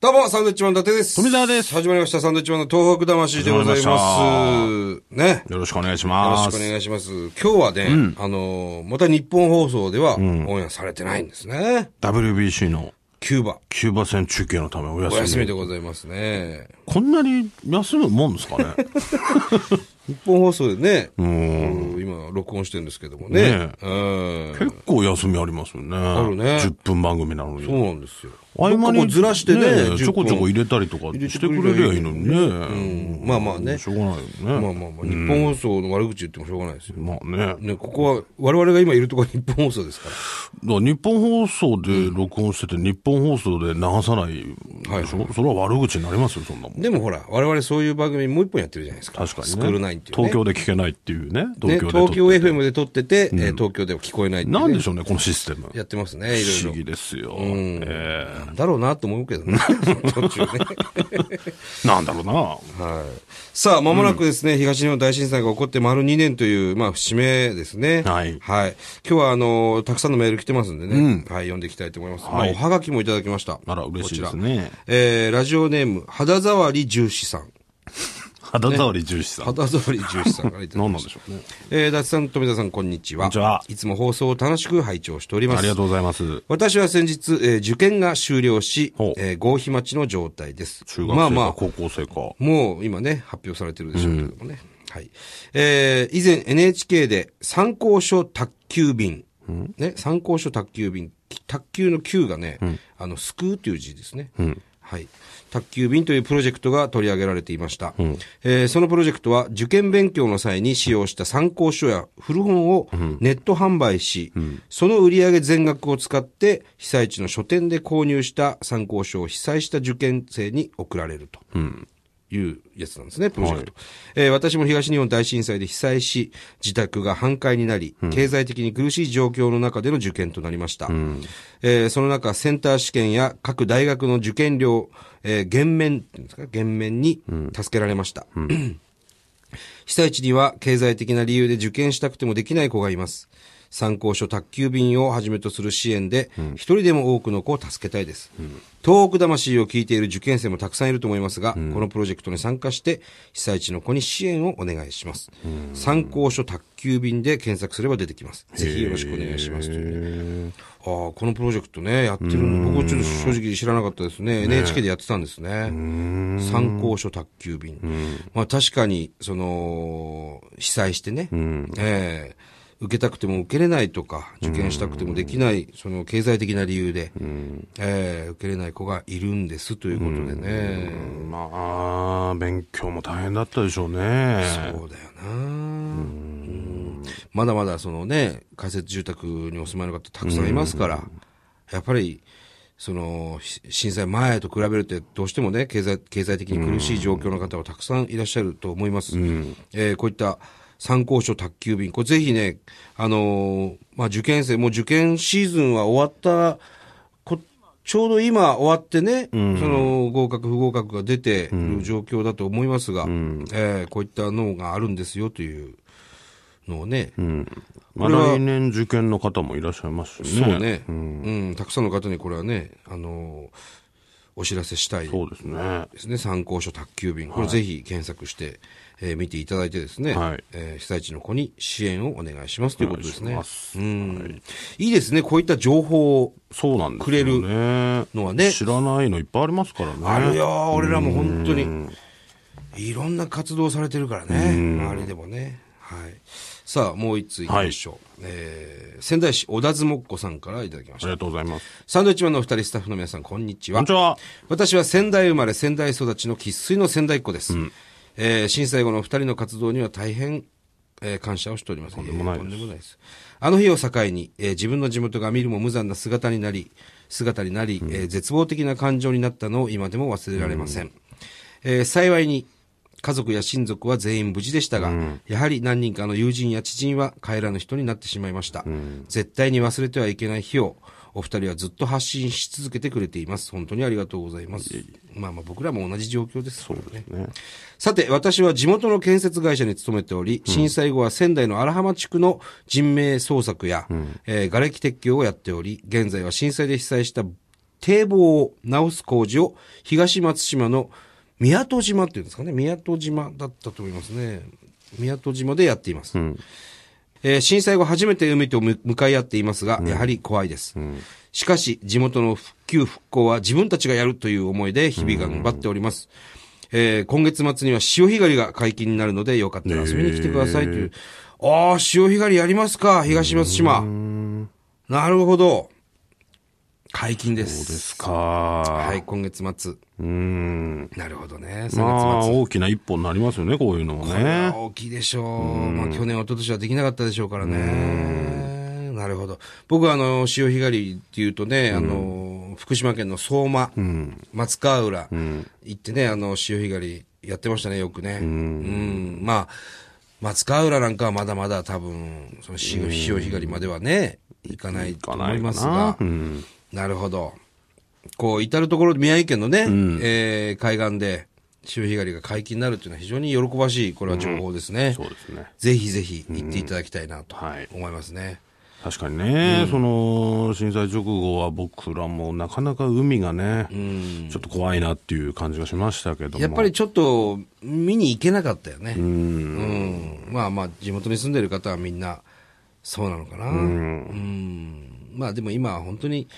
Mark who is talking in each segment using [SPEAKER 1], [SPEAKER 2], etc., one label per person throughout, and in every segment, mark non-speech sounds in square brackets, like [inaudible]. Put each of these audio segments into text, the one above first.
[SPEAKER 1] どうも、サンドウィッチマン伊達です。
[SPEAKER 2] 富澤です
[SPEAKER 1] 始まりました、サンドウィッチマンの東北魂でござい
[SPEAKER 2] 始ま
[SPEAKER 1] ます。ね。
[SPEAKER 2] よろしくお願いし
[SPEAKER 1] よろ
[SPEAKER 2] ま
[SPEAKER 1] し
[SPEAKER 2] す。
[SPEAKER 1] くお願いします。今日はね、あのー、また日本放送では、オンエアされてないんですね。
[SPEAKER 2] WBC の
[SPEAKER 1] キューバ、
[SPEAKER 2] キューバ戦中継のためお休
[SPEAKER 1] お
[SPEAKER 2] み。
[SPEAKER 1] 休みでございますね。
[SPEAKER 2] こんなに休むもんですかね。
[SPEAKER 1] [laughs] 日本放送でね、
[SPEAKER 2] うん。
[SPEAKER 1] うん今、録音してるんですけどもね。
[SPEAKER 2] ね
[SPEAKER 1] うん。
[SPEAKER 2] 結構休みありますよね。あ
[SPEAKER 1] るね
[SPEAKER 2] 10分番組なの
[SPEAKER 1] そう
[SPEAKER 2] に。
[SPEAKER 1] なんですよ。
[SPEAKER 2] 合
[SPEAKER 1] ど
[SPEAKER 2] 間
[SPEAKER 1] っかこう
[SPEAKER 2] に。
[SPEAKER 1] ずらしてね10
[SPEAKER 2] ちょこちょこ入れたりとか
[SPEAKER 1] れ
[SPEAKER 2] してて
[SPEAKER 1] く
[SPEAKER 2] く
[SPEAKER 1] れ
[SPEAKER 2] れ
[SPEAKER 1] り
[SPEAKER 2] り
[SPEAKER 1] ゃ
[SPEAKER 2] ゃ
[SPEAKER 1] い
[SPEAKER 2] い
[SPEAKER 1] い
[SPEAKER 2] い
[SPEAKER 1] の
[SPEAKER 2] の
[SPEAKER 1] に
[SPEAKER 2] に
[SPEAKER 1] ね
[SPEAKER 2] ね。
[SPEAKER 1] まあまあね
[SPEAKER 2] しょうがないよ
[SPEAKER 1] まあ
[SPEAKER 2] ね。
[SPEAKER 1] まあまあ、日本放送の悪口言ってもしょうがないですよ。
[SPEAKER 2] まあね。だか
[SPEAKER 1] ね、ここは、我々が今いるところは日本放送ですから。
[SPEAKER 2] ら日本放送で録音してて、日本放送で流さないでしょそれは悪口になりますよ、そんなもん。
[SPEAKER 1] でもほら、我々そういう番組もう一本やってるじゃないですか。
[SPEAKER 2] 確かにね。
[SPEAKER 1] スクールナインっていう、ね。
[SPEAKER 2] 東京で聞けないっていうね。東
[SPEAKER 1] ね
[SPEAKER 2] 京で撮っ
[SPEAKER 1] 東
[SPEAKER 2] て
[SPEAKER 1] 京 FM で撮ってて、えー東京では聞こえないって、ね。
[SPEAKER 2] なんでしょうね、このシステム。
[SPEAKER 1] やってますね、い
[SPEAKER 2] 不
[SPEAKER 1] ろ
[SPEAKER 2] 思
[SPEAKER 1] い
[SPEAKER 2] 議ですよ。え
[SPEAKER 1] ろ。だろうなと思うけどね。 [laughs] 途中ね。 [laughs]
[SPEAKER 2] ーなんだろうな。
[SPEAKER 1] はい。さあ、まもなくですね、東日本大震災が起こって丸2年という、まあ、節目ですね。
[SPEAKER 2] はい
[SPEAKER 1] はい。今日は、あの、たくさんのメール来てますんでね。はい、読んでいきたいと思います。
[SPEAKER 2] はい
[SPEAKER 1] まあ、おはがきもいただきました。
[SPEAKER 2] あら、嬉しいで
[SPEAKER 1] こ
[SPEAKER 2] す
[SPEAKER 1] ちら。 [laughs]
[SPEAKER 2] ね。
[SPEAKER 1] えー、ラジオネーム、肌触り重視さん。
[SPEAKER 2] 肌触り重視さん。
[SPEAKER 1] 肌触り重視さんからいただきました
[SPEAKER 2] 何 [laughs] なんでしょう
[SPEAKER 1] [laughs]
[SPEAKER 2] ね。
[SPEAKER 1] えー、達さん、富田さん、こんにちは。
[SPEAKER 2] こんにちはい
[SPEAKER 1] つも放送を楽しく拝聴しております。
[SPEAKER 2] ありがとうございます。
[SPEAKER 1] 私は先日、えー受験が終了し
[SPEAKER 2] ほう、
[SPEAKER 1] えー合否待ちの状態です。
[SPEAKER 2] 中学
[SPEAKER 1] まあ
[SPEAKER 2] 生
[SPEAKER 1] ま
[SPEAKER 2] か
[SPEAKER 1] あ、
[SPEAKER 2] 高校生か。
[SPEAKER 1] もう今ね、発表されてるでしょうけどもね。はい。えー以前 NHK で参考書宅急便。ね、参考書宅急便。卓球の球がね、あの、救うという字ですね。はい。宅急便というプロジェクトが取り上げられていました、えーそのプロジェクトは受験勉強の際に使用した参考書や古本をネット販売し、その売上全額を使って被災地の書店で購入した参考書を被災した受験生に送られると。いうやつなんですね、プロジェクト。えー私も東日本大震災で被災し、自宅が半壊になり、経済的に苦しい状況の中での受験となりました。えーその中、センター試験や各大学の受験料、えー減免っていうんですか、減免に助けられました。被災地には経済的な理由で受験したくてもできない子がいます。参考書宅急便をはじめとする支援で、一人でも多くの子を助けたいです。東北魂を聞いている受験生もたくさんいると思いますが、このプロジェクトに参加して、被災地の子に支援をお願いします。参考書宅急便で検索すれば出てきます。ぜひよろしくお願いしますというね。ああ、このプロジェクトね、やってるの、僕はちょっと正直知らなかったですね。NHK でやってたんですね。参考書宅急便。まあ確かに、その、被災してね、ええ受けたくても受けれないとか、受験したくてもできない、その経済的な理由で、ええ受けれない子がいるんですということでね。
[SPEAKER 2] まあ、勉強も大変だったでしょう
[SPEAKER 1] そ
[SPEAKER 2] ね。
[SPEAKER 1] うだよな、うんまだまだそのね、仮設住宅にお住まいの方たくさんいますから、やっぱり、その、し震災前と比べると、どうしてもね、経済、経済的に苦しい状況の方はたくさんいらっしゃると思います。えーこういった参考書宅急便、これぜひね、あのーまあ、受験生、もう受験シーズンは終わった、こちょうど今終わってね、その合格不合格が出てる状況だと思いますが、えーこういったのがあるんですよというのをね、
[SPEAKER 2] まあ、
[SPEAKER 1] これは
[SPEAKER 2] 来年受験の方もいらっしゃいますしね。
[SPEAKER 1] そうね、うんたくさんの方にこれはね、あのーお知らせしたいで
[SPEAKER 2] そうですね。は
[SPEAKER 1] すね、参考書宅急便、これぜひ検索して、えー見ていただいてですね、
[SPEAKER 2] はい
[SPEAKER 1] えー被災地の子に支援をお願いしますということですね。
[SPEAKER 2] お願いします
[SPEAKER 1] うんいいですね、こういった情報を
[SPEAKER 2] そうなんですよ、ね。
[SPEAKER 1] くのはね
[SPEAKER 2] 知らないのいっぱいありますからね。
[SPEAKER 1] あるよ、俺らも本当に。いろんな活動されてるからね、周りでもね。はい。さあ、もう一ついきましょう。えー、仙台市小田津もっこさんからいただきました
[SPEAKER 2] あり。がとうございます。
[SPEAKER 1] サンドウィッチマンのお二人スタッフの皆さん、こんにちは。
[SPEAKER 2] こんにちは
[SPEAKER 1] 私は仙台生まれ、仙台育ちの喫水の仙台っ子です。えー震災後のお二人の活動には大変、えー感謝をしております。とん
[SPEAKER 2] でもないで
[SPEAKER 1] と
[SPEAKER 2] す
[SPEAKER 1] んでもないです。あの日を境に、えー自分の地元が見るも無残な姿になり、姿になり、えー絶望的な感情になったのを今でも忘れられません。えー幸いに、家族や親族は全員無事でしたが、やはり何人かの友人や知人は帰らぬ人になってしまいました。絶対に忘れてはいけない日を、お二人はずっと発信し続けてくれています。本当にありがとうございます。まあまあ僕らも同じ状況です、そうですね。さて、私は地元の建設会社に勤めており、震災後は仙台の荒浜地区の人命捜索や、えー、瓦礫撤去をやっており、現在は震災で被災した堤防を直す工事を東松島の宮戸島っていうんですかね。宮戸島だったと思いますね。宮戸島でやっています。えー震災後初めて海とむ向かい合っていますが、やはり怖いです。しかし、地元の復旧復興は自分たちがやるという思いで日々頑張っております。えー今月末には潮干狩りが解禁になるので、よかったら遊びに来てくださいという。ああ、潮干狩りやりますか、東松島。なるほど。解禁です。
[SPEAKER 2] ですか。は
[SPEAKER 1] はい、。今月末。
[SPEAKER 2] うん。
[SPEAKER 1] なるほどね。3月末。
[SPEAKER 2] まあ、大きな一歩になりますよね、こういうのも
[SPEAKER 1] これは
[SPEAKER 2] ね。
[SPEAKER 1] 大きいでしょう。まあ、去年、一昨年はできなかったでしょうからね。なるほど。僕は、あの、潮干狩りっていうとね、あの、福島県の相馬、松川浦、行ってね、あの、潮干狩りやってましたね、よくね。うん。まあ、松川浦なんかはまだまだ多分、その潮潮干狩りまではね、行かないと思いますが
[SPEAKER 2] う、ん。
[SPEAKER 1] なるほど。こう、至るところ、宮城県のね、えー海岸で、潮干狩りが解禁になるっていうのは非常に喜ばしい、これは情報ですね。
[SPEAKER 2] そうですね。
[SPEAKER 1] ぜひぜひ行っていただきたいなと
[SPEAKER 2] はい
[SPEAKER 1] 思いますね。
[SPEAKER 2] 確かにね、その、震災直後は僕らもなかなか海がね、ちょっと怖いなっていう感じがしましたけども。
[SPEAKER 1] やっぱりちょっと見に行けなかったよね。
[SPEAKER 2] う。
[SPEAKER 1] うんん。まあまあ、地元に住んでる方はみんなそうなのかな。うん。まあでも今は本当に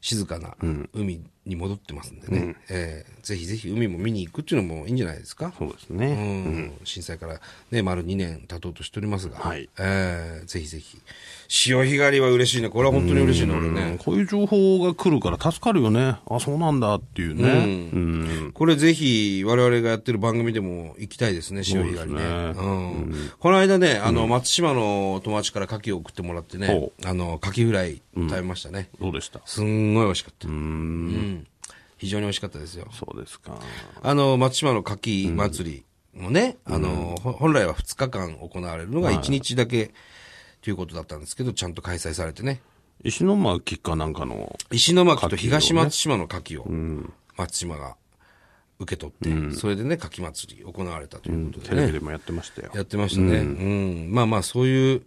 [SPEAKER 1] 静かな海に戻ってますんでね。えーぜひぜひ海も見に行くっていうのもいいんじゃないですか。
[SPEAKER 2] そうですね。
[SPEAKER 1] うん、震災からね、丸2年経とうとしておりますが、
[SPEAKER 2] はい
[SPEAKER 1] えーぜひぜひ。潮干狩りは嬉しいね。これは本当に嬉しいね、俺
[SPEAKER 2] うん
[SPEAKER 1] ね。
[SPEAKER 2] こういう情報が来るから助かるよね。あ、そうなんだっていうね。うん。
[SPEAKER 1] これぜひ、我々がやってる番組でも行きたいですね、潮干狩りね。
[SPEAKER 2] そうですね
[SPEAKER 1] うんこの間ね、あの、松島の友達から牡蠣を送ってもらってね
[SPEAKER 2] ほ、
[SPEAKER 1] あの、牡蠣フライ食べましたね。
[SPEAKER 2] どうでした
[SPEAKER 1] すんごい美味しかった。
[SPEAKER 2] う。
[SPEAKER 1] うんん。非常に美味しかったですよ。
[SPEAKER 2] そうですか。
[SPEAKER 1] あの、松島の柿祭りもね、あの、ほ本来は2日間行われるのが1日だけということだったんですけど、ちゃんと開催されてね、
[SPEAKER 2] 石巻かなんかの、
[SPEAKER 1] 石巻と東松島の柿を、松島が受け取って、それでね、柿祭り行われたということ
[SPEAKER 2] テ
[SPEAKER 1] で
[SPEAKER 2] レビ
[SPEAKER 1] ね、
[SPEAKER 2] でもやってましたよ。
[SPEAKER 1] やってましたね。うん。まあまあ、そういう、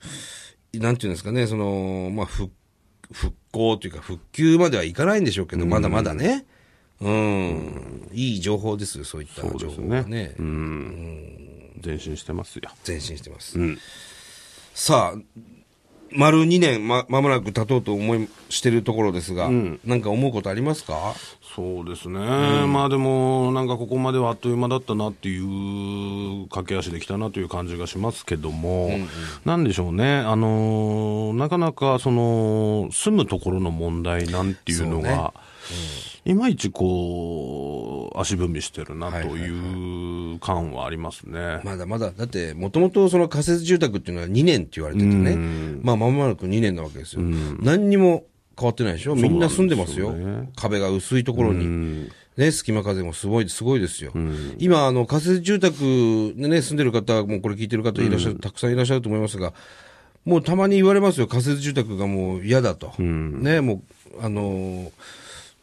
[SPEAKER 1] なんていうんですかね、その、まあ、復、復興というか、復旧まではいかないんでしょうけど、まだまだね、うん、いい情報ですよ、そういった
[SPEAKER 2] そう
[SPEAKER 1] 情
[SPEAKER 2] です
[SPEAKER 1] 報が
[SPEAKER 2] ね。
[SPEAKER 1] ね
[SPEAKER 2] う。ん。前進してますよ。
[SPEAKER 1] 前進してます。さあ、丸2年ま、まもなく経とうと思いしてるところですが、なんか思うことありますか
[SPEAKER 2] そうですね、まあでも、なんかここまではあっという間だったなっていう駆け足できたなという感じがしますけども、なんでしょうね、あのーなかなかその住むところの問題なんていうのが、いまいちこう、足踏みしてるなという感はありますね。
[SPEAKER 1] まだまだ、だって、もともとその仮設住宅っていうのは2年って言われててね、まあ、まもなく2年なわけですよ。何にも変わってないでしょみんな住んでますよ。
[SPEAKER 2] そうなんですよね
[SPEAKER 1] 壁が薄いところに。ね、隙間風もすごい、すごいですよ。今、あの、仮設住宅でね、住んでる方、もうこれ聞いてる方いらっしゃる、たくさんいらっしゃると思いますが、もうたまに言われますよ、仮設住宅がもう嫌だと。ね、もう、あのー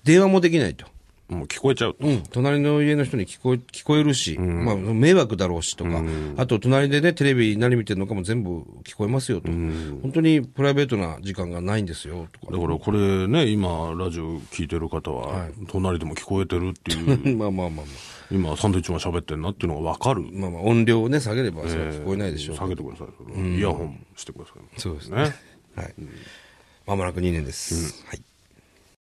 [SPEAKER 1] 電話もできないと。
[SPEAKER 2] もう聞こえちゃうと。
[SPEAKER 1] うん、隣の家の人に聞こえ聞こえるし、まあ、迷惑だろうしとか、あと隣でね、テレビ何見てるのかも全部聞こえますよと、本当にプライベートな時間がないんですよとか、
[SPEAKER 2] だからこれね、今、ラジオ聞いてる方は、隣でも聞こえてるって [laughs] い
[SPEAKER 1] [laughs]
[SPEAKER 2] う、
[SPEAKER 1] まあまあまあまあ、
[SPEAKER 2] 今、サンドイッチマン喋ってるなっていうのが分かる。
[SPEAKER 1] まあまあ、音量をね、下げればそれは聞こえないでしょう、
[SPEAKER 2] 下げてください、それはイヤホンしてください。
[SPEAKER 1] そうですね。
[SPEAKER 2] ね。
[SPEAKER 1] はい。まもなく2年です。はい。